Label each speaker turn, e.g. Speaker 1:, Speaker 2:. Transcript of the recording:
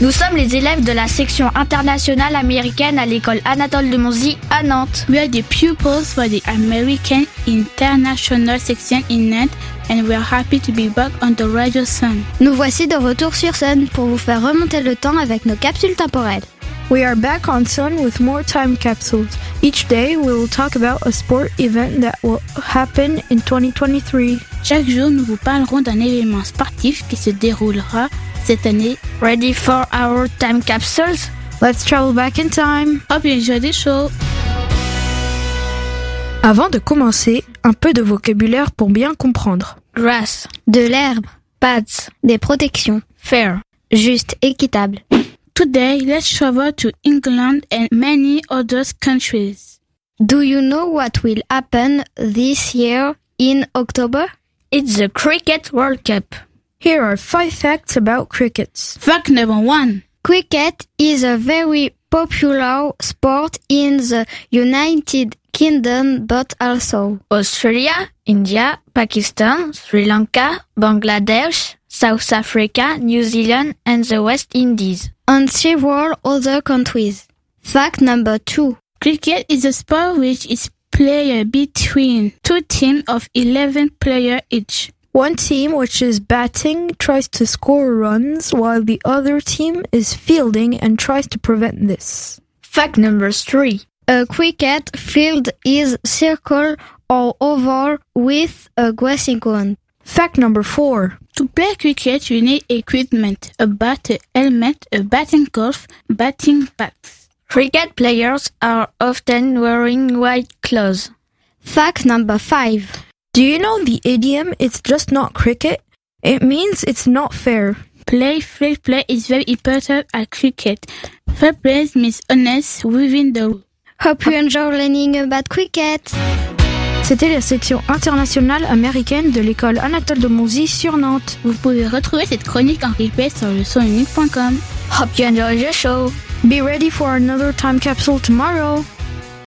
Speaker 1: Nous sommes les élèves de la section internationale américaine à l'école Anatole de Monzy à Nantes.
Speaker 2: We are the pupils for the American International Section in Nantes and we are happy to be back on the Radio Sun.
Speaker 3: Nous voici de retour sur Sun pour vous faire remonter le temps avec nos capsules temporelles.
Speaker 4: We are back on Sun with more time capsules. Each day, we will talk about a sport event that will happen in 2023.
Speaker 2: Chaque jour, nous vous parlerons d'un événement sportif qui se déroulera cette année.
Speaker 1: Ready for our time capsules?
Speaker 4: Let's travel back in time.
Speaker 2: Hope you enjoy the show.
Speaker 4: Avant de commencer, un peu de vocabulaire pour bien comprendre.
Speaker 1: Grass,
Speaker 3: De l'herbe,
Speaker 1: pads,
Speaker 3: des protections,
Speaker 1: fair.
Speaker 3: juste, équitable.
Speaker 2: Today, let's travel to England and many other countries.
Speaker 3: Do you know what will happen this year in October?
Speaker 1: It's the Cricket World Cup.
Speaker 4: Here are five facts about crickets.
Speaker 2: Fact number one.
Speaker 3: Cricket is a very popular sport in the United Kingdom but also
Speaker 1: Australia, India, Pakistan, Sri Lanka, Bangladesh, South Africa, New Zealand and the West Indies.
Speaker 3: on several other countries. Fact number two.
Speaker 2: Cricket is a sport which is played between two teams of 11 players each.
Speaker 4: One team, which is batting, tries to score runs, while the other team is fielding and tries to prevent this.
Speaker 1: Fact number 3.
Speaker 3: A cricket field is circle or oval with a grassy ground.
Speaker 4: Fact number four.
Speaker 2: To play cricket, you need equipment, a bat, a helmet, a batting glove, batting bats.
Speaker 1: Cricket players are often wearing white clothes.
Speaker 3: Fact number five.
Speaker 4: Do you know the idiom, it's just not cricket? It means it's not fair.
Speaker 2: Play, fair play is very important at cricket. Fair play means honest within the rule.
Speaker 3: Hope you enjoy learning about cricket.
Speaker 4: C'était la section internationale américaine de l'école Anatole de Monzy sur Nantes.
Speaker 2: Vous pouvez retrouver cette chronique en replay sur le sonunique.com.
Speaker 1: Hope you enjoy the show.
Speaker 4: Be ready for another time capsule tomorrow.